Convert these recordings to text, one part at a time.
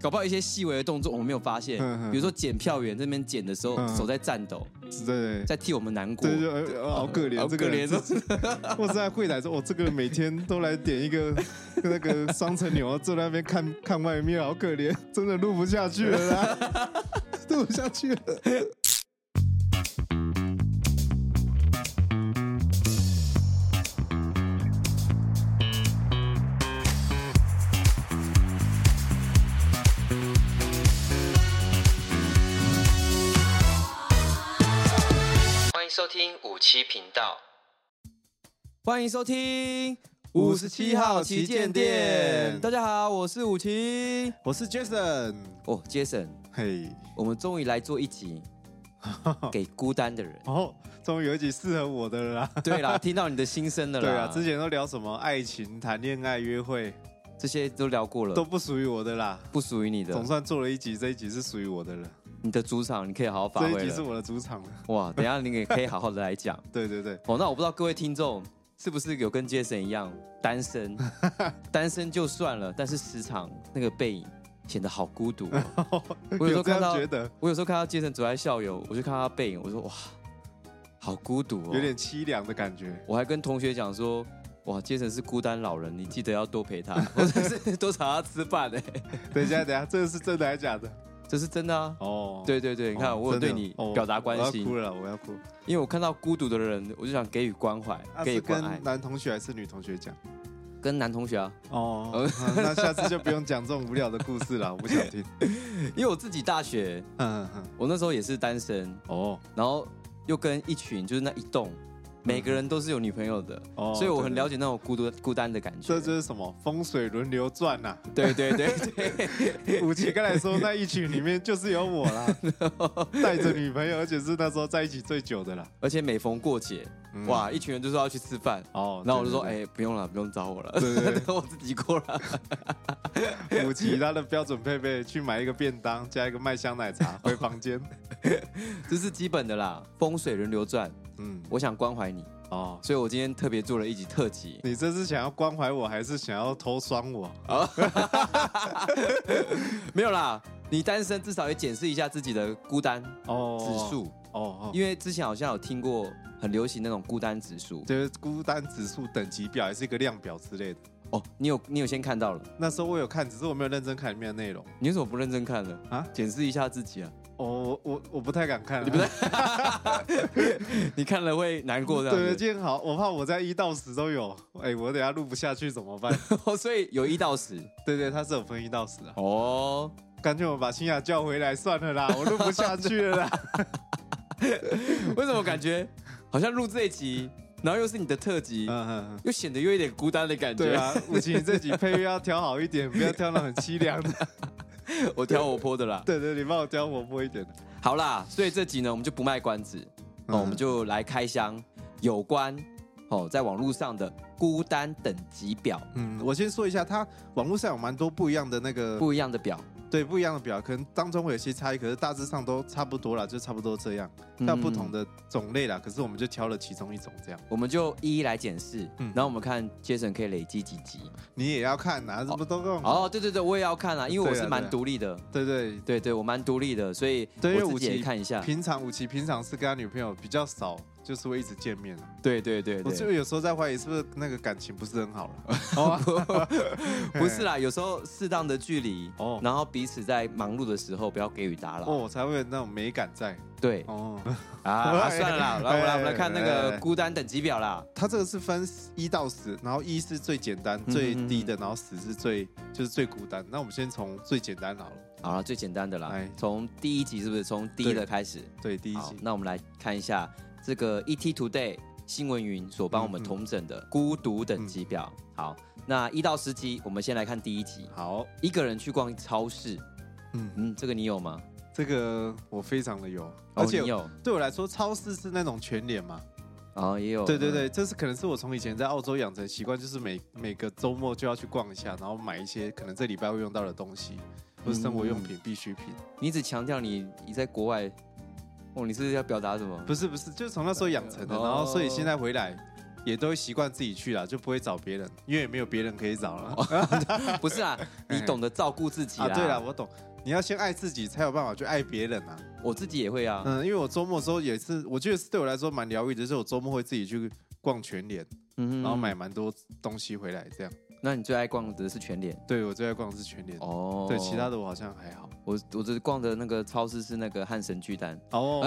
搞不好一些细微的动作我们没有发现嗯嗯，嗯比如说检票员这边检的时候嗯手在颤抖，对在替我们难过对，对，呃好可怜好，这个人可怜哦我是在柜台说，哦我这个每天都来点一个那个双层牛，坐在那边看看外面，好可怜，真的录不下去了啦， 录不下去了。 欢迎收听五七频道。欢迎收听五十七号旗舰店。大家好，我是五七。我是 Jason，哦，Jason，嘿，我们终于来做一 集给孤单的人。哦，终于有一集适合我的了啦。对啦，听到你的心声了啦。啊 对啊，之前都聊什么爱情、谈恋爱、约会，这些都聊过了，都都不属于我的啦。不属于你呃的总，算做了一集，这一集是属于我的了，你的主场你可以好好发这挥一集是了。我的主场了。哇，等一下你也可以好好的来讲。对对对，哦，那我不知道各位听众是不是有跟 Jason 一样单 身，单身就算了，但是时常那个背影显得好孤独哦、我有时候这看样到觉得我有时候看到 Jason 走在校友，我就看到他背影，我说哇，好孤独哦。有点凄凉的感觉。我还跟同学讲说，哇，Jason 是孤单老人，你记得要多陪他，或者是多找他吃饭哎，等一下，等一下，这个是真的还是假的？ 这是真的啊。哦，对对对，你看，哦我有对真的你哦表达关我要心，哭了，我要哭。因为我看到孤独的人，我就想给予关怀，啊给予是关爱跟。男同学还是女同学讲？跟男同学啊， 哦，啊那下次就不用讲这种无聊的故事了，我不想听。 因为我自己大学，嗯嗯嗯，我那时候也是单身，哦然后又跟一群就是那一栋，每个人都是有女朋友的，哦所以我很了解。解那种孤独孤单的感觉这。就是什么风水轮流转 呐、对对对 对，武杰刚才说那一群里面就是有我 啦，带着女朋友，而且是那时候在一起最久的啦。而且每逢过节，嗯哇，一群人就说要去吃饭，哦，然后我就说，对，哎，不用了，不用找我了，对对 我自己过了。对哎对武吉他的标准配备，去买一个便当，加一个麦香奶茶，回 房间。这是基本的啦，风水轮流转。嗯，我想关怀你，哦，所以我今天特别做了一集特辑。你这是想要关怀我，还是想要偷酸我？没有啦，你单身至少也检视一下自己的孤单哦，指数，哦哦，因为之前好像有听过很流行那种孤单指数。就是孤单指数等级表，还是一个量表之类的。哦，你有你有先看到了，那时候我有看，只是我没有认真看里面的内容。你为什么不认真看呢？啊啊，检视一下自己啊， 哦，我我我不太敢看、啊 你不太你看了会难过这对，样子。今天好，我怕我在一到十都有。哎、我等下录不下去怎么办？ 哦所以有一到十对对，它是有分一到十啊。哦。干脆我把新雅叫回来算了啦，我录不下去了啦。为什么感觉好像录这一集，然后又是你的特辑， 嗯嗯嗯。又显得有一点孤单的感觉？对啊，武奇，你这集配乐要挑好一点，不要挑那很凄凉的。 我挑活泼的啦。对对，你帮我挑活泼一点的。好啦，所以这集呢，我们就不卖关子，哦，嗯我们就来开箱有关哦，在网络上的孤单等级表，嗯，我先说一下，它网络上有蛮多不一样的那个不一样的表，对不一样的表，可能当中会有些差异，可是大致上都差不多啦，就差不多这样。它有不同嗯，的种类啦，可是我们就挑了其中一种这样。我们就一一来检视，嗯然后我们看 Jason 可以累积几集。你也要看啊，这不都跟我哦，对对对，我也要看啊，因为我对啊是对啊蛮独立的，对对，对对，我蛮独立的，所以对因为我武自己也器看一下，平常武奇平常是跟他女朋友比较少，就是会一直见面啊。对对对我就对。有时候在怀疑是不是那个感情不是很好了。哦不是啦，有时候适当的距离，哦然后彼此在忙碌的时候不要给予打哦，扰。我才会有那种美感在。对哦，啊啊，算了啦，来我们来我们来看那哎哎个哎孤单等级表啦。它这个是分一到十，然后一是最简单、最低的，然后十是最就是最孤单。那我们先从最简单好了，好了，最简单的啦哎，从第一集是不是从低的开始？对，第一好集，。那我们来看一下这个 ET Today 新闻云所帮我们嗯嗯嗯统整的孤独等级表。好，那一到十集，我们先来看第一集，好，一个人去逛超市。嗯，嗯，这个你有吗？这个我非常的有，哦而且你有对我来说，超市是那种全脸嘛。哦，也有。对对对，这是可能是我从以前在澳洲养成的习惯，就是每每个周末就要去逛一下，然后买一些可能这礼拜会用到的东西，或是生活用品、必需品。嗯，你只强调你你在国外，哦，你是要表达什么？ 不是不是，就是从那时候养成的，哦然后所以现在回来，也都会习惯自己去啦，就不会找别人，因为也没有别人可以找了。不是 啊，你懂得照顾自己啊，啦。对了，，我懂，你要先爱自己，才有办法去爱别人啊。我自己也会啊。嗯，因为我周末的时候也是，我觉得是对我来说蛮疗愈的，就是我周末会自己去逛全联，嗯，然后。买蛮多东西回来，这样。那你最爱逛的是全联对我最爱逛的是全联，哦。对其他的我好像还好。我我只逛的那个超市是那个汉神巨蛋，哦，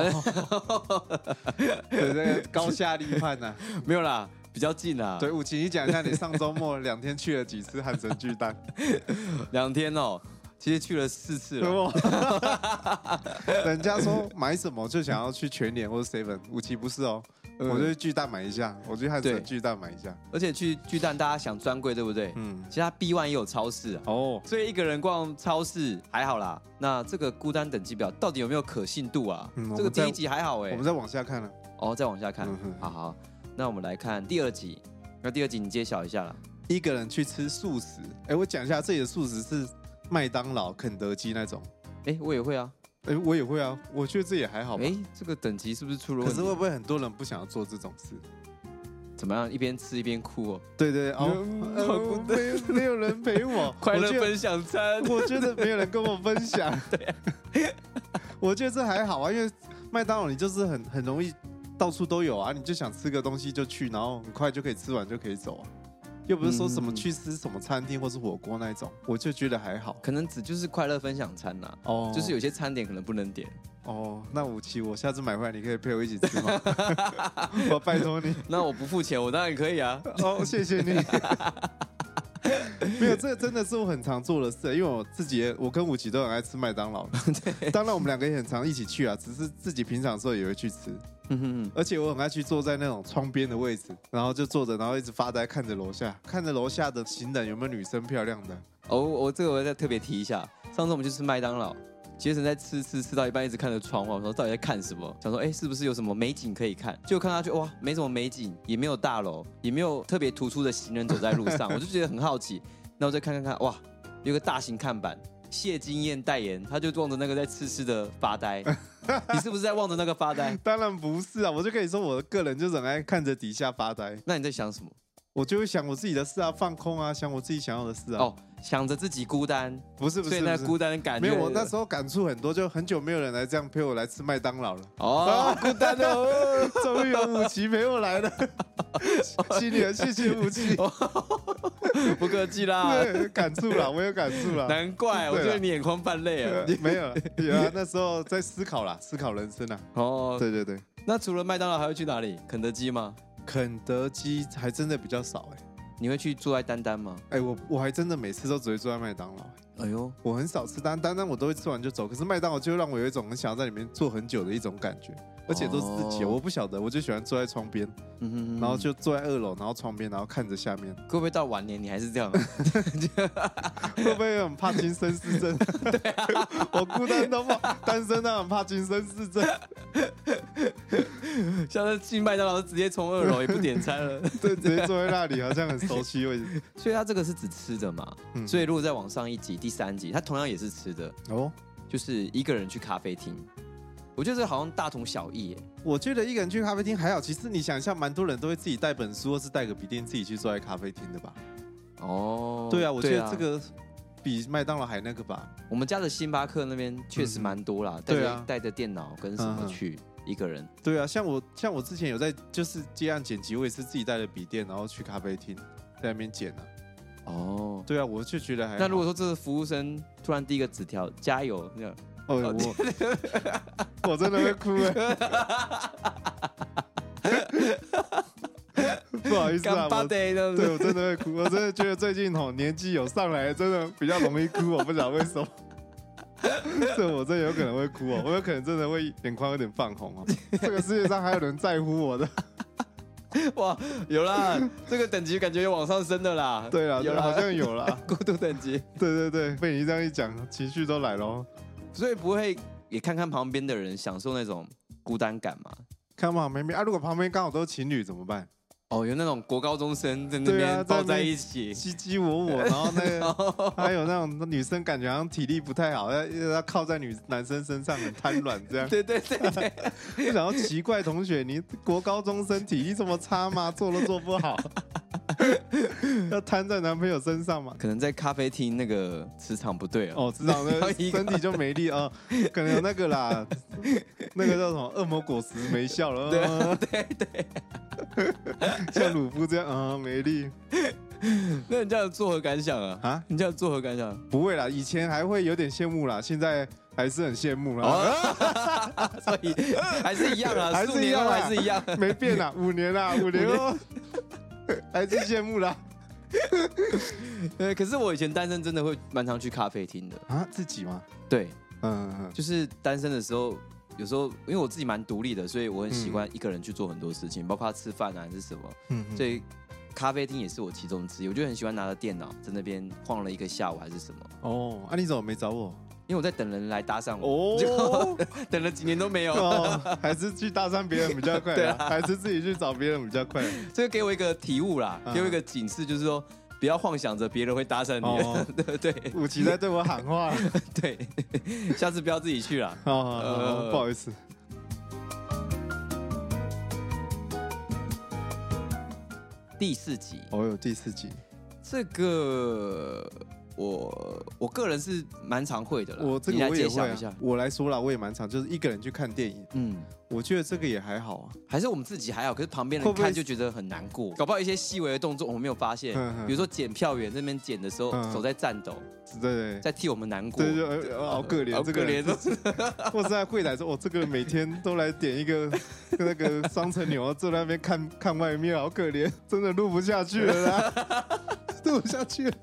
对那个高下立判呐、 没有啦，比较近啊啦。对，，武奇，你讲一下你上周末两天去了几次汉神巨 蛋？两天哦，其实去了四次了。啊 人家说买什么就想要去全联或者 Seven，武奇不是哦，嗯我就去巨蛋买一下，我去汉对神巨蛋买一下。而且去巨蛋，大家想专柜对不对？嗯，其实它 B one 也有超市啊，哦，所以一个人逛超市还好啦。那这个孤单等级表到底有没有可信度啊？嗯我们这个第再一集还好哎、我们再往下看了、啊哦，再往下看，嗯哼好好，那我们来看第二集。那第二集你揭晓一下啦。一个人去吃素食，哎，我讲一下这里的素食是麦当劳、肯德基那种。哎、我也会啊。哎，我也会啊，我觉得这也还好吧哎、。这个等级是不是出了可问题？是会不会很多人不想要做这种事？怎么样？一边吃一边哭哦。对对，哦，嗯呃好孤没有没有人陪 我，快乐我觉得分享餐。 我觉得没有人跟我分享。 对，啊我觉得这还好啊，因为麦当劳你就是很很容易到处都有啊，你就想吃个东西就去，然后很快就可以吃完就可以走啊，又不是说什么嗯去吃什么餐厅或是火锅那一种，我就觉得还好。可能只就是快乐分享餐呐、哦就是有些餐点可能不能点。哦，那五七，我下次买回来你可以陪我一起吃吗？ 我拜托你，那我不付钱，我当然可以啊。 哦，谢谢你。没有，这真的是我很常做的事，因为我自己也，我跟武奇都很爱吃麦 当劳。当然我们两个也很常一起去啊，只是自己平常的时候也会去吃，嗯哼哼而且我很爱去坐在那种窗边的位置，然后就坐着，然后一直发呆，看着楼下，看着楼下的行人有没有女生漂亮的。哦，我这个我再特别提一下，上次我们去吃麦当劳，杰森在吃吃吃到一半，一直看着窗外，我说到底在看什么？想说，哎，是不是有什么美景可以看？就看下去，哇，没什么美景，也没有大楼，也没有特别突出的行人走在路上， 我就觉得很好奇。那我再看看看，哇，有个大型看板，谢金燕代言，他就望着那个在痴痴的发呆。你是不是在望着那个发呆？当然不是啊，我就跟你说，我个人就是很爱看着底下发呆，那你在想什么？我就会想我自己的事啊，放空啊，想我自己想要的事啊。哦，想着自己孤单，不是不所以是，那不是孤单感没有，越来我越那时候感触很多，就很久没有人来这样陪我来吃麦当 劳了。 哦，好孤单哦。终于有武奇陪我来了， 心里很谢谢 武奇。不客气啦， 对，感触了，我有感触了。难怪我啊对觉啦得你眼眶泛泪啊。对没有，有啊，那时候在思考啦，思考人生啊。哦，对对对，那除了麦当劳还会去哪里？肯德基吗？肯德基还真的比较少哎、你会去住在丹丹吗？哎、我我还真的每次都只会坐在麦当劳、哎哎呦，我很少吃单，单单我都会吃完就走。可是麦当劳就会让我有一种很想要在里面坐很久的一种感觉，而且都是自己，哦我不晓得，我就喜欢坐在窗边，嗯哼哼然后就坐在二楼，然后窗边，然后看着下面。会不会到晚年你还是 这样？会不会很怕金身失 症？对啊，我孤单都不单身到很怕金身失症。像是去麦当劳直接冲二楼也不点餐 了。对，直接坐在那里好像很熟悉位置。所以它这个是只吃的嘛？嗯所以如果再往上一集，第三集，它同样也是吃的，哦，就是一个人去咖啡厅。我觉得这好像大同小异耶。我觉得一个人去咖啡厅还好。其实你想一下，蛮多人都会自己带本书或是带个笔电自己去坐在咖啡厅的吧？哦，对啊，我觉得啊这个比麦当劳还那个吧。我们家的星巴克那边确实蛮多啦，带嗯对着啊带着电脑跟什么嗯嗯去一个人，对啊，像我像我之前有在就是接案剪辑，我也是自己带了笔电，然后去咖啡厅在那边剪啊。哦。对啊，我就觉得还好那如果说这是服务生突然递一个纸条，加油，那样哦，我我真的会哭 哎。不好意思啊，干巴我的这样对子，我真的会哭，我真的觉得最近吼年纪有上来，真的比较容易哭，我不知道为什么。这我真的有可能会哭哦，我有可能真的会眼眶有点泛红哦。这个世界上还有人在乎我的？哇，有啦， 这个等级感觉有往上升的啦，对了，有啦，好 像有啦。孤独等级，对对对，被你这样一讲，情绪都来了哦。所以不会也看看旁边的人，享受那种孤单感嘛？看嘛，旁边啊，如果旁边刚好都是情侣怎么办？哦，有那种国高中生在那对啊边在抱那边在一 起，唧唧我 我，然后那个还有那种女生感觉好像体力不太好，要要靠在女男生身上很瘫软这 样。对对对对，就想要奇怪，同学，你国高中生体力这么差吗？做都做不 好，要摊在男朋友身上嘛？可能在咖啡厅那个磁场不对哦，哦，知 道那然后个一个身体就没力啊、哦可能有那个啦， 那个叫什么恶魔果实没效了， 对对对， 像鲁夫这样，嗯、没力那你这样作何感想啊？啊，你这样作何感想？不会啦，以前还会有点羡慕啦，现在还是很羡慕啦，哦， 所以还是一样啊，还是数一年样后啊还是一样。 没变啦，五年啦， 五年哦，还是羡慕啦呃，可是我以前单身真的会蛮常去咖啡厅的，啊，自己吗？对，嗯嗯嗯。就是单身的时候，有时候因为我自己蛮独立的，所以我很喜欢一个人去做很多事情，包括吃饭啊还是什么。嗯所对，以咖啡厅也是我其中之一，我就很喜欢拿着电脑在那边晃了一个下午还是什么，哦，啊，你怎么没找我？因为我在等人来搭讪我， 哦，等了几年都没有， 哦，还是去搭讪别人比 较快对啊，啊还是自己去找别人比较 快。这个给我一个体悟啦，嗯给我一个警示，就是说不要妄想着别人会搭讪哦你， 对对武奇在对我喊 话，对， 下次不要自己去啦。哦哦，哦呃不好意思，第四集，我哦有第四集，这个我我个人是蛮常会的啦，我这你个来我也揭会晓啊一下，我来说啦，我也蛮常，就是一个人去看电影，嗯。我觉得这个也还好啊。还是我们自己还好，可是旁边会人不会看就觉得很难过，搞不好一些细微的动作我们没有发现嗯嗯，比如说检票员这边检的时候嗯手在颤抖，对对在替我们难过，对，就呃呃好可怜，好这可个怜人，的， 或是在柜台说，哦，这个每天都来点一个 那个双层牛，坐在那边看 看外面，好可怜，真的录不下去了啦， 录不下去了。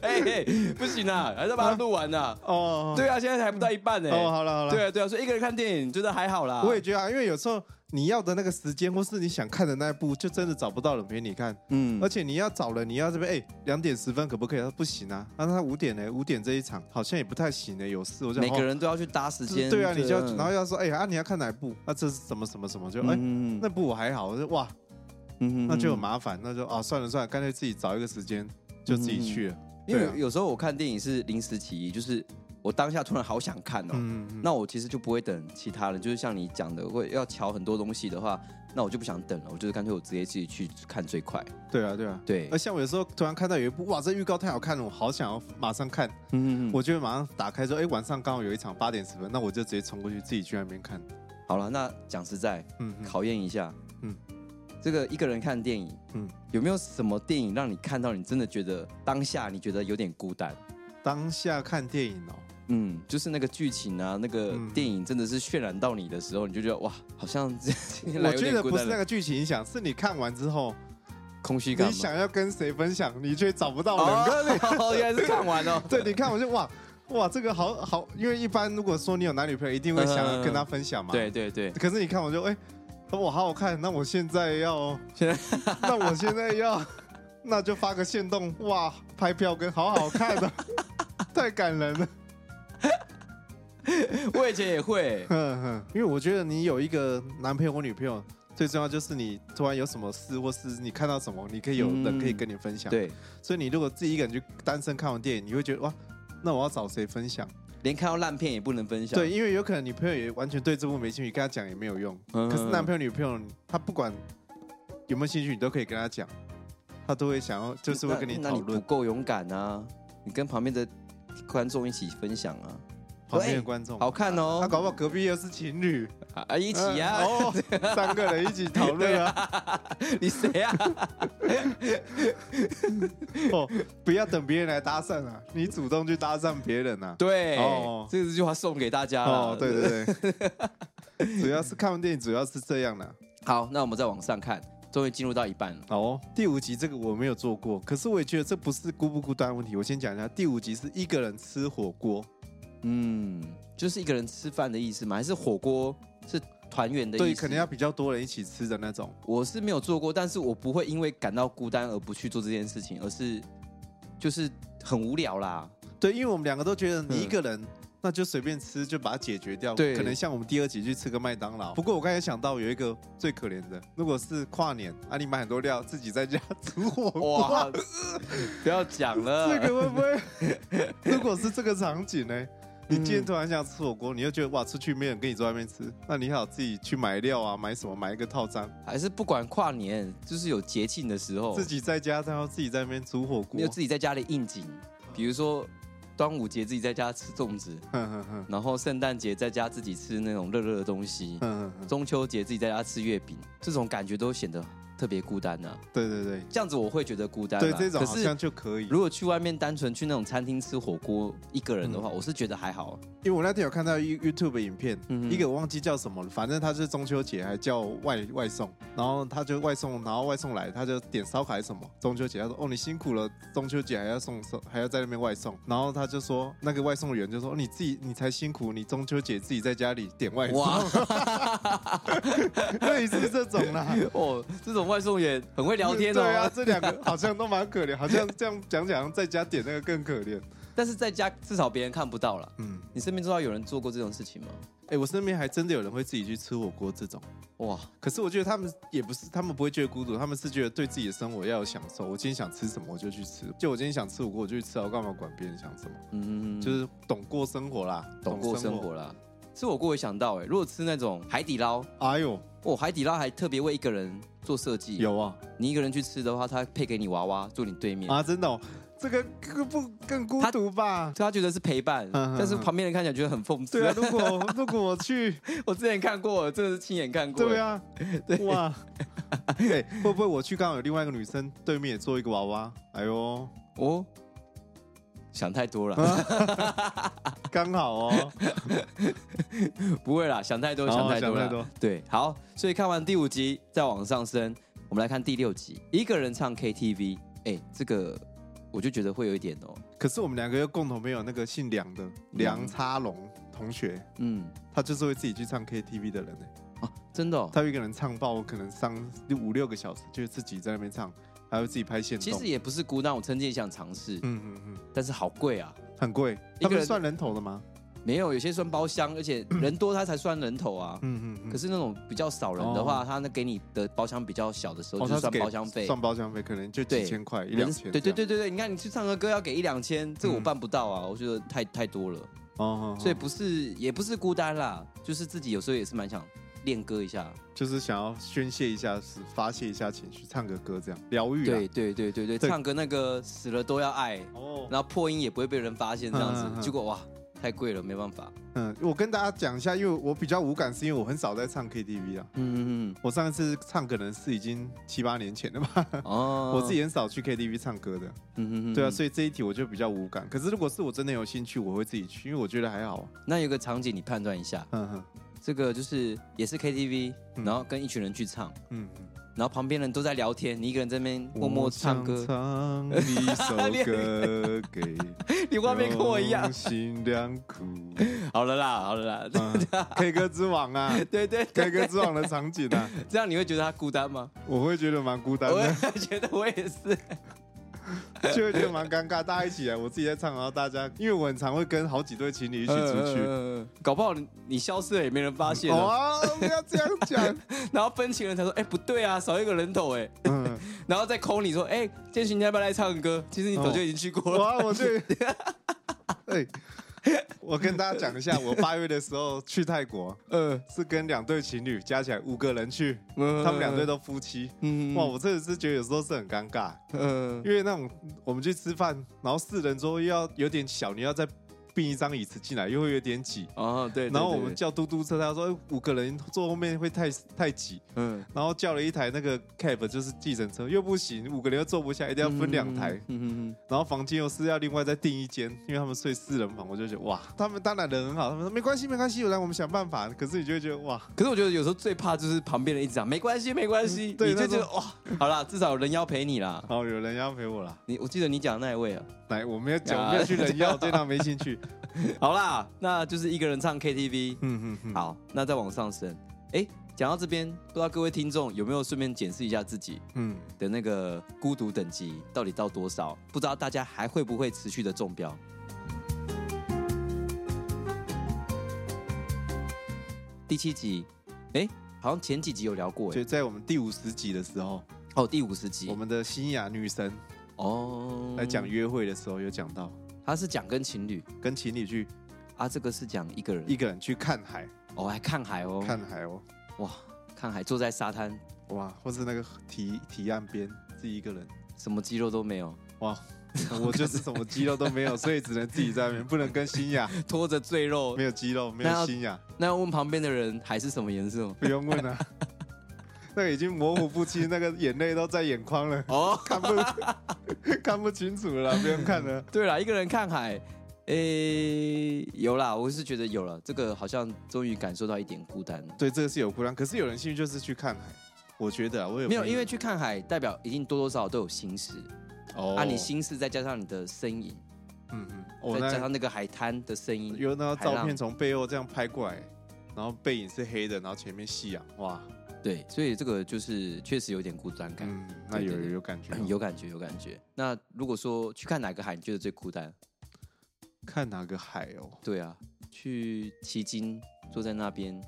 哎，哎不行啊，还是把它录完啊。哦，对啊，现在还不到一半呢。哦，好了好了，对啊，对啊，所以一个人看电影觉得还好啦。我也觉得啊，因为有时候你要的那个时间，或是你想看的那一部，就真的找不到人陪你看，嗯而且你要找人，你要这边哎，两、点十分可不可以？他说不行啊，那他五点呢？五点这一场好像也不太行呢，有事。我想每个哦人都要去搭时是间。对啊，你就要然后要说哎、啊，你要看哪一部？那、这是什么什么什么？就哎、嗯那部我还好，我说哇，嗯那就很麻烦，那就啊算了算了，干脆自己找一个时间就自己去了。因为对啊有时候我看电影是临时起意，就是我当下突然好想看哦，嗯，嗯那我其实就不会等其他人，就是像你讲的，会要瞧很多东西的话，那我就不想等了，我就是干脆我直接自己去看最快。对啊对啊。对而，像我有时候突然看到有一部哇，这预告太好看了，我好想要马上看。嗯，我我就会马上打开说，哎、晚上刚好有一场八点十分，那我就直接冲过去自己去那边看。好了，那讲实在，嗯，嗯考验一下，嗯嗯，这个一个人看电影，嗯嗯，有没有什么电影让你看到你真的觉得当下你觉得有点孤单？当下看电影哦、嗯，就是那个剧情啊，那个嗯电影真的是渲染到你的时候，你就觉得哇，好像 今 天来我有觉点得孤不是单那了，个剧情影响，是你看完之后，空虚感你吗。想要跟谁分享，你却找不到人。 哦，原来是看完哦。对，你看我就哇哇，这个好好，因为一般如果说你有男女朋友，一定会想要跟他分享 嘛。对对对，可是你看我就哎、我好好看，那我现在要，现在 那我现在要，那就发个限动，哇，拍票跟好好看 的、太感人了。我以前也会，哼哼， 因为我觉得你有一个男朋友或女朋友，最重要就是你突然有什么事，或是你看到什么，你可以有嗯人可以跟你分享。，对，所以你如果自己一个人去单身看完电影，你会觉得哇，那我要找谁分享？连看到烂片也不能分享。对，，因为有可能你朋友也完全对这部没兴趣，跟他讲也没有用。嗯可是男朋友、女朋友，他不管有没有兴趣，你都可以跟他讲，他都会想要，就是会跟那讨那你论不。够勇敢啊！你跟旁边的观众一起分享啊，旁边哎的观众，好看哦他搞不好隔壁又是情侣，啊，一一起啊！哦，三个人一起讨论 啊。你谁啊？ 哦，不要等别人来搭讪啊，你主动去搭讪别人啊。对，啊哦这句话送给大家了哦，对。对对，主要是看完电影，主要是这样啦。好，那我们再往上看，终于进入到一半了。哦，第五集这个我没有做过，可是我也觉得这不是孤不孤单的问题。我先讲一下，第五集是一个人吃火锅，嗯，就是一个人吃饭的意思嘛，还是火锅是团圆的意思？对，可能要比较多人一起吃的那种。我是没有做过，但是我不会因为感到孤单而不去做这件事情，而是就是很无聊啦。对，因为我们两个都觉得你一个人那就随便吃，就把它解决掉。对可能像我们第二集去吃个麦当劳。不过我刚才想到有一个最可怜的，如果是跨年啊，你买很多料自己在家 煮火锅，哇， 不要讲了， 这个会不会？如果是这个场 景呢？你今天嗯突然想吃火锅，你又觉得哇，出去没有人跟你坐外面吃，那你好自己去买料啊，买什么，买一个套餐，还是不管跨年，就是有节庆的时候，自己在家，然后自己在那边煮火锅你就。 自己在家里应景，比如说端午节自己在家吃粽子，哼哼哼然后圣诞节在家自己吃那种热热的东西，哼哼哼中秋节自己在家吃月饼，这种感觉都显得特别孤单呐、啊对对对，这样子我会觉得孤单啦，啊对这种可好是像就可以。如果去外面单纯去那种餐厅吃火锅，一个人的嗯话，我是觉得还好。因为我那天有看到 You- YouTube 影片，嗯哼一个我忘记叫什么了，反正他是中秋节还叫外外送，然后他就外送，然后外送来他就点烧烤还是什么，中秋节他说哦你辛苦了，中秋节还要送送还要在那边外送，然后他就说那个外送员就说、哦你自己你才辛苦，你中秋节自己在家里点外送，哇类似这种啦。 哦，这种外送员很会聊天哦。 对啊，这两个好像都蛮可怜，好像这样讲讲，在家点那个更可怜。但是在家至少别人看不到了。嗯，你身边知道有人做过这种事情吗？哎、我身边还真的有人会自己去吃火锅这种。哇，可是我觉得他们也不是，他们不会觉得孤独，他们是觉得对自己的生活要有享受。我今天想吃什么我就去吃，就我今天想吃火锅我就去吃啊，我干嘛管别人想什么？嗯，就是懂过生活啦，懂过生活。啦。吃火锅我也想到哎、如果吃那种海底捞，哎呦，哦，海底捞还特别为一个人做设计。，有啊你一个人去吃的话，他配给你娃娃坐你对面，啊，真的、哦，这个更不更孤独吧？他觉得是陪伴，嗯嗯但是旁边人看起来觉得很讽刺。 对啊，如果如果我去，我之前看过，真的是亲眼看过。对，啊， 哇，哎、会不会我去刚好有另外一个女生对面也做一个娃娃？哎呦，哦，想太多了。啊刚好哦， 不会啦，想太多，哦想太多想啦太多对，好，所以看完第五集再往上升，我们来看第六集，一个人唱 KTV，哎、这个我就觉得会有一点哦，可是我们两个又共同没有那个姓梁的梁嗯差龙同学。嗯，他就是会自己去唱 KTV 的人呢、啊，真的、哦，他会一个人唱爆，可能上五六个小时，就是自己在那边唱，还会自己拍现其动。实也不是孤单，我曾经也想尝试，嗯嗯嗯，但是好贵啊，很贵。一他个人们算人头的吗？没有，有些算包厢，而且人多他才算人头啊。嗯嗯嗯。可是那种比较少人的话，他那给你的包厢比较小的时候，就哦，是他是算给包厢费，算包厢费可能就几对千块，一两千。对对。对对对，你看你去唱个歌要给一两千，这我嗯办不到啊，我觉得太太多了。哦，所所以以不是也不是孤单啦，就是自己有时候也是蛮想练歌一下。就是想要宣泄一下，是发泄一下情绪，唱个歌这样疗愈。对，对对对对，啊对唱歌那个死了都要爱，哦，然后破音也不会被人发现这样嗯嗯子。嗯结果哇，太贵了，没办法。嗯，我跟大家讲一下，因为我比较无感，是因为我很少在唱 KTV 啊。嗯嗯我上一次唱可能是已经七八年前了吧，嗯，哦我自，己很少去 KTV 唱歌的。嗯嗯嗯对啊，以所以这一题我就比较无感。可是如果是我真的有兴趣，我会自己去，因为我觉得还好啊。那有个场景你判断一下，嗯哼，这个就是也是 KTV，嗯然后跟一群人去唱，嗯，然后旁边人都在聊天，你一个人在那边默默唱我歌想，唱一首歌给 你 画面跟我一样用。心良 苦。好了啦，好了啦，嗯 K 歌之王啊 对对对，，K 歌之王的场景啊，这样你会觉得他孤单吗？我会觉得蛮孤单我的，也觉得我也是。就会觉得蛮尴尬。大家一起来，我自己在唱，然后大家，因为我很常会跟好几对情侣一一起出呃去。嗯搞不好你你消失了也没人发现、啊，哦，不要这样讲。 然后分情人才说，哎、不对啊，少一个人头哎，嗯，然后再 call 你说，哎、建勋你要不要来唱歌？其实你早就已经去过了，哇，我对， 哎，我跟大家讲一下，我八月的时候去泰国，嗯、是跟两对情侣加起来五个人去，嗯他们两对，都夫妻。嗯哇，我真的是觉得有时候是很尴尬，嗯、 因为那种我们去吃饭，然后四人桌又要有点小，你要再并一张椅子进来，又会有点挤。哦对，对然后我对们对叫嘟嘟车，他说哎五个人坐后面会太太挤，嗯然后叫了一台那个 cab 就是计程车，又不行，五个人又坐不下，一定要分两台。，嗯嗯然后房间又是要另外再订一间，因为他们睡四人房，我就觉得哇，他们当然人很好，他们说没关系没关系，有来我们想办法。可是你就会觉得哇，可是我觉得有时候最怕就是旁边人一直讲没关系没关系，嗯对你就那觉种得哇，好啦，至少有人妖陪你啦。好有人要陪我啦。你我记得你讲的那一位啊，来，我没有讲，啊我没有去人妖，对他没兴 趣。好啦，那就是一个人唱 KTV，嗯嗯嗯，好，那再往上升。哎、讲到这边，不知道各位听众有没有顺便检视一下自己嗯，的那个孤独等级到底到多少？不知道大家还会不会持续的中标？第七集，哎，好像前几集有聊过就哎，在我们第五十集的时候，哦，第五十集，我们的新雅女神哦来讲，约会的时候有讲到，他是讲跟情侣跟情侣去啊，这个是讲一个人，一个人去看海，哦，还看海哦，看海哦，哇，看海，坐在沙滩，哇，或是那个堤堤岸边自己一个人，什么肌肉都没 有，哇，我就是什么肌肉都没 有，所以只能自己在那边，不能跟新雅，拖着赘肉没。有肌肉，没那要有新雅，那要问旁边的人海是什么颜色吗？不用问啊， 那个已经模糊不清，那个眼泪都在眼眶了，哦，看不 看不清楚了，不用看了。对了，一个人看海，诶、有啦，我是觉得有了，这个好像终于感受到一点孤单。对，这个是有孤单，可是有人兴趣就是去看海，我觉得啊，我有没有，朋友因为去看海代表一定多多少少都有心事、哦啊，你心事再加上你的身影，嗯嗯，我再那加哦上那个海滩的声音，有那海浪照片从背后这样拍过来，然后背影是黑的，然后前面夕阳，哇，对，所以这个就是确实有点孤单感，嗯，那对有对对，有有感觉哦有感 觉，有感觉。那如果说去看哪个海，你觉得最孤单？看哪个海哦，对啊，去奇经坐在那边，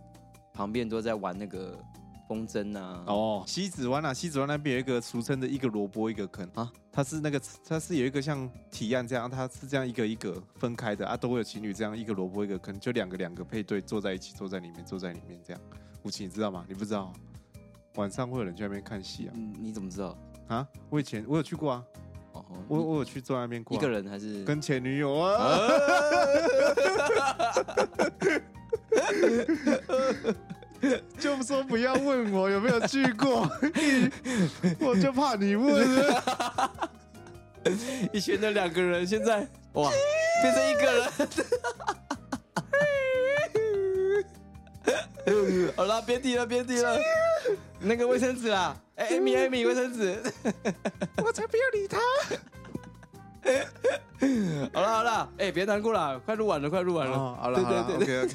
旁边都在玩那个风筝啊。哦，哦，西子湾啊，西子湾那边有一个俗称的一个萝卜一个坑啊啊，它是那个它是有一个像提案这样，它是这样一个一个分开的啊，都会有情侣这样一个萝卜一个坑，就两个两个配对坐在一起，坐在里面，坐在里面这样。吴奇，你知道吗？你不知道哦，嗯晚上会有人去那边看戏啊你怎么知道？啊！我以前我有去过啊，哦，我我有去坐在那边你过一啊、个人还是跟前女友啊， 就说不要问我有没有去过， 我就怕你问。 以前的两个人，现在 哇变成一个人。 好了，别提了，别提了。那个卫生纸啦，哎、艾米，艾米，卫生纸。我才不要理他。好了，好了，哎、别难过了，快录完了，快录完了。哦，好了，好了嗯对对对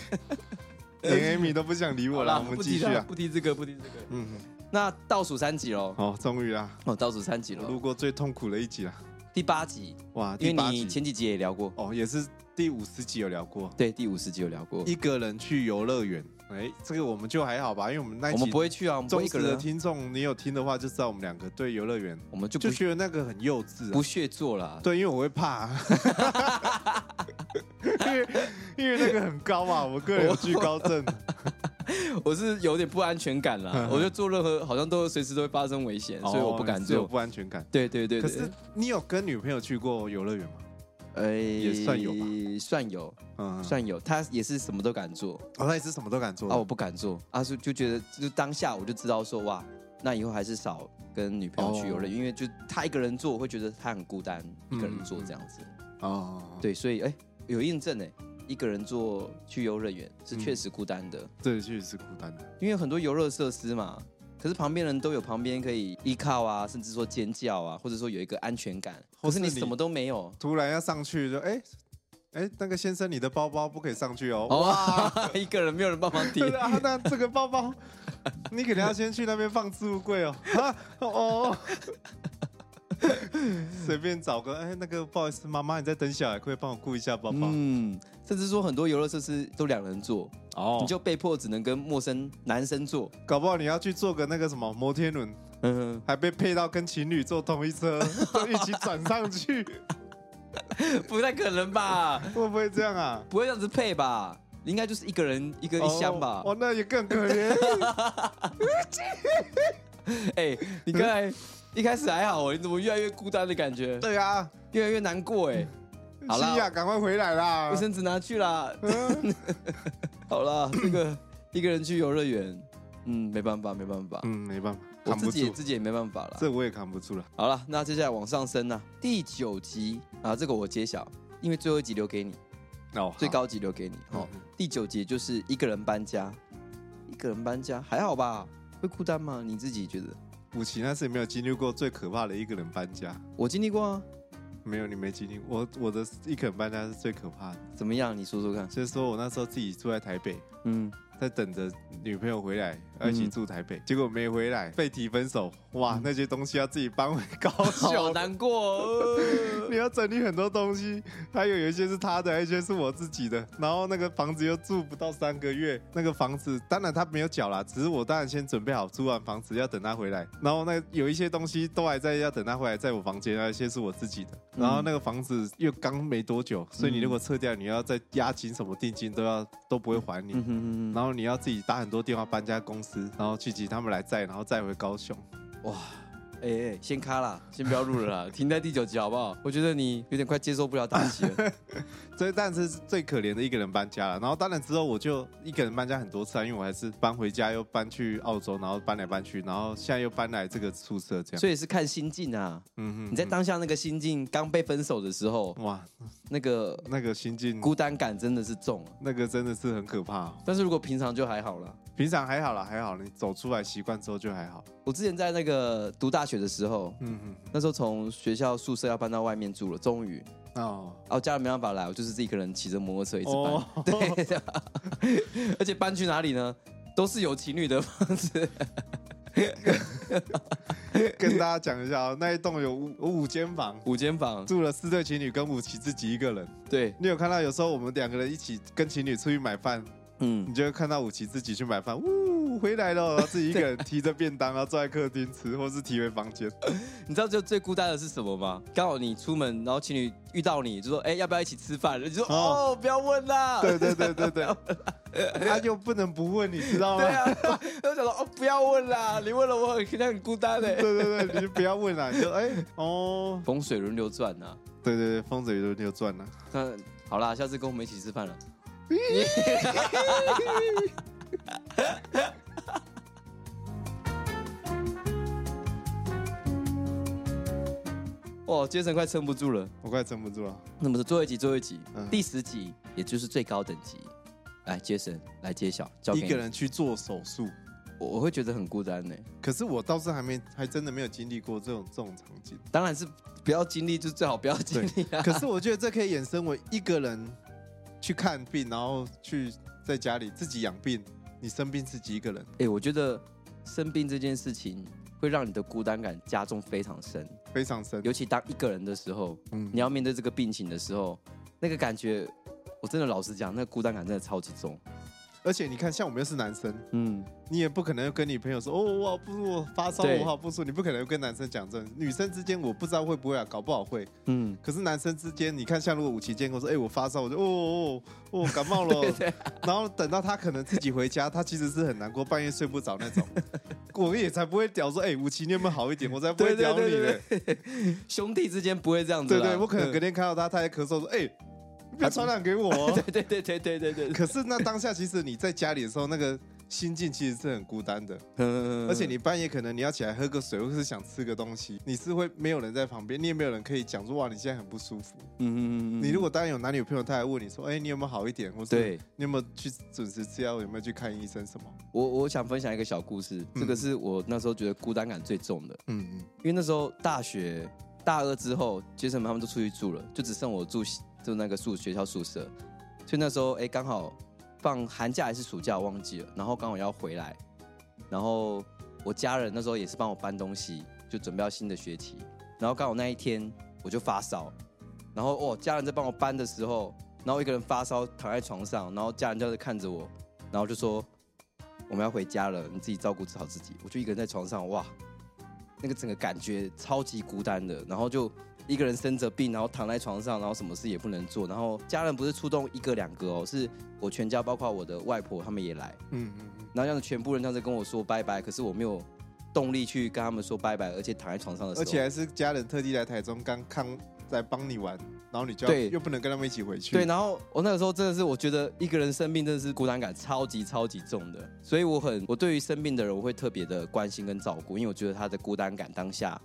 对， ，OK OK。连 Amy 都不想理我好了，啦我们不继提续了啊。不提这个，不提这个。嗯，那倒数三集喽，好，终于啦，哦，倒数三集我喽录，过最痛苦的一集啦。第八集，哇，因第为八你前几集集也聊过，哦，也是第五十集有聊过，对，第五十集有聊过。一个人去游乐园。哎，这个我们就还好吧，因为我们那一我们集不会去啊，我们不会忠一个实的人啊，听众，你有听的话就知道我们两个对游乐园我们就不就觉得那个很幼稚、不啊。屑做了。对，因为我会 怕、因为因为那个很高嘛，我个人有惧高症。我是有点不安全感啦，我就做任何好像都随时都会发生危险， 所以我不嗯哦敢你是有做。不安全感。对对对，可对是你有跟女朋友去过游乐园吗？哎，也算有吧，算有，嗯，算有。他也是什么都敢做哦，那也是什么都敢做啊，的我不敢做啊，就就觉得就当下我就知道说哇，那以后还是少跟女朋友去游哦乐园，因为就他一个人做，我会觉得他很孤单，一个人做这样子。嗯哦，对，所以哎，有印证哎，一个人做去游乐园嗯是确实孤单的。对，确实是孤单的。因为很多游乐设施嘛，可是旁边人都有旁边可以依靠啊，甚至说尖叫啊，或者说有一个安全感。或可是是你你什么都没有，突然要上去就哎哎，那个先生，你的包包不可以上去哦。哇， 一个人没有人帮忙提 对。啊，那这个包包，你可能要先去那边放置物柜哦。啊，哦， 随便找个，哎，那个不好意思，妈妈你在等小孩，可以帮我顾一下包包。嗯，甚至说很多游乐设施都两人坐，哦你就被迫只能跟陌生男生坐。搞不好你要去坐个那个什么摩天轮，嗯，还被配到跟情侣坐同一车， 都一起转上去， 不太可能吧？会不会这样啊？不会这样子配吧？应该就是一个人一个一箱吧哦，。哦那也更可怜。 哎、你刚才一开始还好哦，你怎么越来越孤单的感觉？对啊，越来越难过哎。好啦西亚赶快回来啦卫！生纸拿去啦。 好啦，这个一个人去游乐园，嗯，没办法，没办法，嗯，没办法，我扛自不己也住，自己也没办法了。这我也扛不住了。好了，那接下来往上升啦，第九集啊，这个我揭晓，因为最后一集留给你，哦，最高级留给你好哦。第九集就是一个人搬家，一个人搬家还好吧？会孤单吗？你自己觉得？武奇那是没有经历过最可怕的一个人搬家，我经历过啊，没有你没经历过，我我的一个人搬家是最可怕的。怎么样？你说说看。就是说我那时候自己住在台北，嗯，在等着女朋友回来，要一起住台北，结果没回来，被提分手，哇，那些东西要自己搬回高好 雄，难过、哦。 你要整理很多东西，还有有一些是他的，还有一些是我自己的。然后那个房子又住不到三个月，那个房子当然他没有缴啦，只是我当然先准备好租完房子要等他回来。然后那有一些东西都还在要等他回来，在我房间，还有一些是我自己的。嗯然后那个房子又刚没多久，所以你如果撤掉，你要再押金什么定金都要都不会还你。嗯哼然后你要自己打很多电话搬家公司，然后去请他们来载，然后再回高雄。哎、哎，先卡啦， 先不要录了啦，停在第九集好不好？我觉得你有点快接受不了打击 了。所以但是是最可怜的一个人搬家了。然后当然之后我就一个人搬家很多次啊，因为我还是搬回家，又搬去澳洲，然后搬来搬去，然后现在又搬来这个宿舍这样。所以是看心境啊，嗯哼你在当下那个心境刚被分手的时候，哇，那个那个心境，孤单感真的是重啊。那个真的是很可怕哦、但是如果平常就还好啦。平常还好啦，还好，你走出来习惯之后就还好。我之前在那个读大学的时候，嗯哼那时候从学校宿舍要搬到外面住了，终于，哼，哦。啊，我家人没办法来，我就是自己一个人骑着摩托车一直搬，哦，对， 而且搬去哪里呢？都是有情侣的房子， 跟大家讲一下哦，那一栋有五五间房，五间房，住了四对情侣跟五奇自己一个人。对，你有看到有时候我们两个人一起跟情侣出去买饭，嗯你，就会看到武奇自己去买饭，呜，回来了，然后自己一个人提着便当，然后坐在客厅吃，或是提回房间。你知道就最孤单的是什么吗？刚好你出门，然后情侣遇到你，就说，哎、要不要一起吃饭？你就说，哦哦，不要问啦， 对对对对对，他就不能不问，你知道对吗？啊， 我就想说，哦，不要问啦，你问了我很很孤单嘞、对对对，你就不要问了，你就哎、哦，风水轮流转呐、啊，对对对，风水轮流转了。那好啦，下次跟我们一起吃饭了。 哇，杰森快撑不住了。我快撑不住了，那么是最后一集，最后一集，嗯第十集，也就是最高等级。来，杰森来揭晓，交给一你个，人去做手术，我我会觉得很孤单呢。可是我倒是还没，还真的没有经历过这种这种场景。当然是不要经历，就最好不要经历啊。可是我觉得这可以衍生为一个人去看病，然后去在家里自己养病，你生病自己一个人。 哎、我觉得生病这件事情会让你的孤单感加重非常深，非常深，尤其当一个人的时候，嗯你要面对这个病情的时候，那个感觉，我真的老实讲，那个孤单感真的超级重。而且你看，像我们又是男生，嗯，你也不可能跟你朋友说哦，我好不舒服，我发烧，对我好不舒服。你不可能跟男生讲这种。女生之间我不知道会不会啊，搞不好会。嗯，可是男生之间，你看，像如果武奇见过说，哎、我发烧，我就哦哦哦， 我感冒了。然后等到他可能自己回家，他其实是很难过，半夜睡不着那 种。我也才不会屌说，哎、武奇你有没有好一点？我才不会屌你嘞。兄弟之间不会这样子对啦。对，我可能嗯隔天看到他，他在咳嗽说，哎、你别传染给我哦、 对对对对对对对，可是那当下，其实你在家里的时候，那个心境其实是很孤单的。 嗯而且你半夜可能你要起来喝个水，或是想吃个东西，你是会没有人在旁边，你也没有人可以讲说哇你现在很不舒服。嗯你如果当然有男女朋友，他还问你说，哎、你有没有好一点，或是对你有没有去准时吃药，有没有去看医生什么？我我想分享一个小故事，这个嗯是我那时候觉得孤单感最重的，嗯嗯，因为那时候大学大二之后，杰森他们都出去住了，就只剩我住住那个宿学校宿舍，所以那时候哎刚好放寒假还是暑假我忘记了，然后刚好要回来，然后我家人那时候也是帮我搬东西，就准备要新的学期，然后刚好那一天我就发烧，然后哦家人在帮我搬的时候，然后我一个人发烧躺在床上，然后家人就在看着我，然后就说我们要回家了，你自己照顾好自己，我就一个人在床上哇。那个整个感觉超级孤单的，然后就一个人生着病，然后躺在床上，然后什么事也不能做，然后家人不是出动一个两个哦，是我全家，包括我的外婆他们也来，嗯嗯嗯，然后这样子全部人这样子跟我说拜拜，可是我没有动力去跟他们说拜拜，而且躺在床上的时候，而且还是哦家人特地来台中刚看来帮你玩，然后你就要对又不能跟他们一起回去。对，然后我那个时候真的是，我觉得一个人生病真的是孤单感超级超级重的，所以我很，我对于生病的人我会特别的关心跟照顾，因为我觉得他的孤单感当下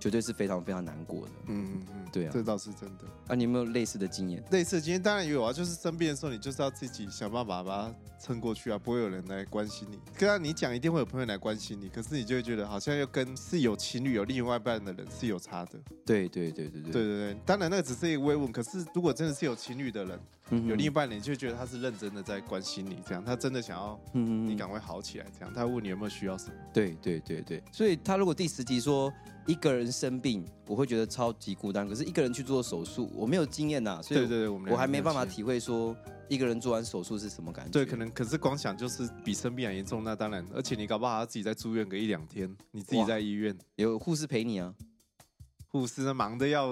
绝对是非常非常难过的。嗯嗯嗯，对啊这倒是真的。啊，你有没有类似的经验？类似的今天当然有啊，就是生病的时候，你就是要自己想办法把它撑过去啊，不会有人来关心你。跟然你讲，一定会有朋友来关心你，可是你就会觉得好像又跟是有情侣、有另外一半的人是有差的。对对对对对，对对对，当然那个只是一个慰问，可是如果真的是有情侣的人，嗯哼有另一半的人，你就会觉得他是认真的在关心你，这样他真的想要嗯你赶快好起来，这样他会问你有没有需要什么。对对对对，所以他如果第十集说一个人生病，我会觉得超级孤单。可是一个人去做手术，我没有经验呐、所以对对对，我们我还没办法提。体会说一个人做完手术是什么感觉。对，可能可是光想就是比生病还严重，那当然，而且你搞不好还要自己再住院个一两天，你自己哇在医院，有护士陪你啊，护士忙的要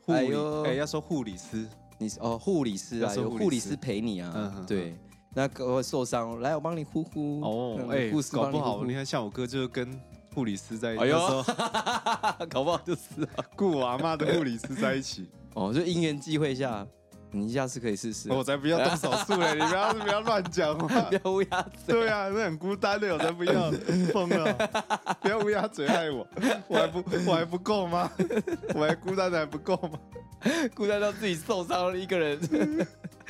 护哎理，呦哎、要说护理师，你是哦护理师啊，要说有护理护理师师陪你嗯啊，哼对。那个受伤，来我帮你呼呼。哦，嗯哎、护士搞帮不你呼好，呼你看像我哥就是跟护理师在，哎呦哎呦， 时候 搞不好 就是、啊、顾我阿妈的护理师在一 起，哦，就因缘际会下，你下次可以试试啊、我才不要动手术嘞，你不要不要乱讲话 不。要乌鸦嘴。对啊，那很孤单的，我才不要疯 了，不要乌鸦嘴害我，我还不我还不够吗？ 我还孤单的还不够吗？孤单到自己受伤了一个人。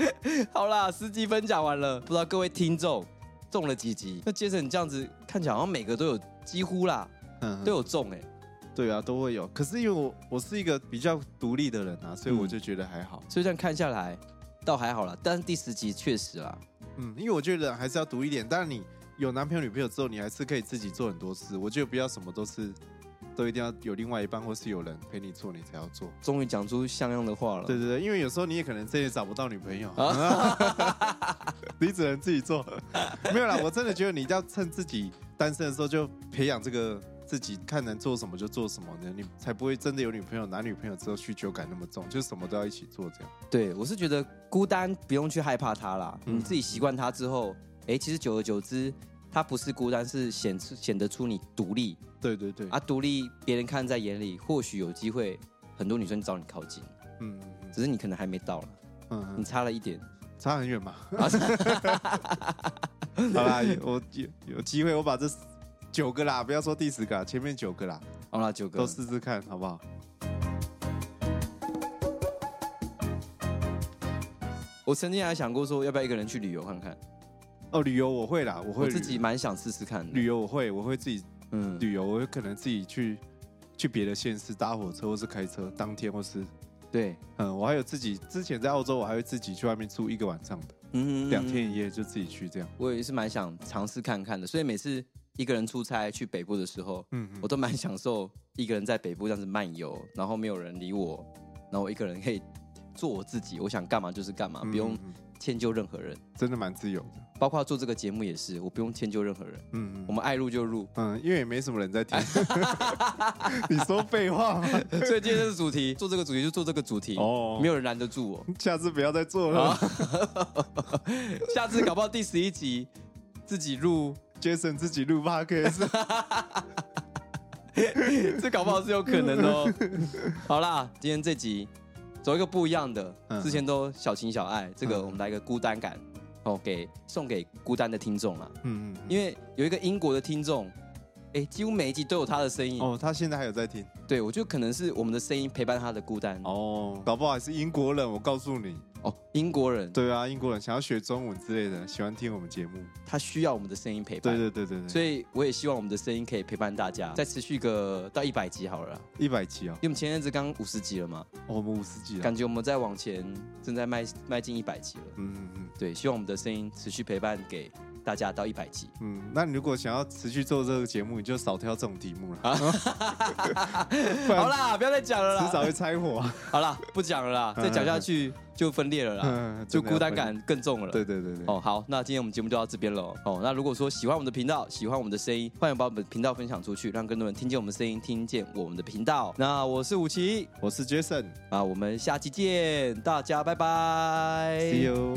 好啦，十几分讲完了，不知道各位听众中了几集？那杰森你这样子看起来好像每个都有几乎啦嗯都有中哎、对啊，都会有。可是因为我我是一个比较独立的人啊，所以我就觉得还好。所以这样看下来倒还好啦。但是第十集确实啊啦，嗯，因为我觉得还是要独一点。但你有男朋友、女朋友之后，你还是可以自己做很多事。我觉得不要什么都是都一定要有另外一半或是有人陪你做，你才要做。终于讲出像样的话了。啊对啊对对，因为有时候你也可能真的找不到女朋友， 你只能自己做。 没有啦，我真的觉得你一定要趁自己单身的时候就培养这个自己看能做什么就做什么呢，你才不会真的有女朋友。男女朋友之后需求感那么重，就什么都要一起做这样。 对，我是觉得孤单不用去害怕它啦，嗯你自己习惯它之后，哎，其实久而久之，它不是孤单，是显出显得出你独立对对对，啊，独立别人看在眼里，或许有机会很多女生找你靠近。嗯嗯嗯只是你可能还没到了，嗯你嗯，差了一点。差很远嘛。啊 好啦，我有有机会，我把这九个啦，不要说第十个啦，前面九个啦，好啦，九都哥，试试看好不好？我曾经还想过说要不要一个人去旅游看看，哦，旅游我会啦，我会我旅自己蛮想试试看的。旅游我会，我会自己嗯，旅游，我会可能自己去去别的县市搭火车或是开车，当天或是对，嗯，我还有自己之前在澳洲，我还会自己去外面住一个晚上的，嗯两天一，夜就自己去这样。我也是蛮想尝试看看的。所以每次一个人出差去北部的时候，嗯嗯我，都蛮享受一个人在北部这样子漫游，然后没有人理我，然后我一个人可以做我自己，我想干嘛就是干嘛，嗯不用嗯嗯迁就任何人。真的蛮自由的。包括做这个节目也是，我不用迁就任何人，嗯嗯我们爱录就 录。嗯，因为也没什么 人在听。你说废话吗？所以今天这个主题，做这个主题就做这个主题，哦没有人拦得住我。下次不要再做了。啊， 下次搞不好第十一集自己录， Jason 自己录 podcast， 这搞不好是有可能的 哦。好啦，今天这集走一个不一样的，嗯之前都小情小爱，这个嗯我们来一个孤单感，哦，给送给孤单的听众啦。嗯嗯，因为有一个英国的听众，哎，几乎每一集都有他的声音，哦，他现在还有在听对我觉得可能是我们的声音陪伴他的孤单。哦，哦，搞不好还是英国人，我告诉你，英国人对啊，英国人想要学中文之类的，喜欢听我们节目，他需要我们的声音陪伴。对对对对对，所以我也希望我们的声音可以陪伴大家，再持续个到一百集好了啦。一百集哦因，为我们前阵子刚五十集了嘛，哦我们五十集了，感觉我们在往前，正在迈迈进一百集了。嗯嗯嗯对，希望我们的声音持续陪伴给大家到一百集。嗯，那你如果想要持续做这个节目，你就少挑这种题目了， 不啊好然啦，不要再讲了迟早啦。会拆伙， 好啦，不讲了啦，再讲下去就分裂了啦，嗯就孤单，真的感更重要了。分对对对对，哦，好，那今天我们节目就到这边了。哦，那如果说喜欢我们的频道，喜欢我们的声音，欢迎把我们的频道分享出去，让更多人听见我们的声音，听见我们的频道。那我是武奇，我是 Jason，see 啊，我们下期见，大家拜拜。 you。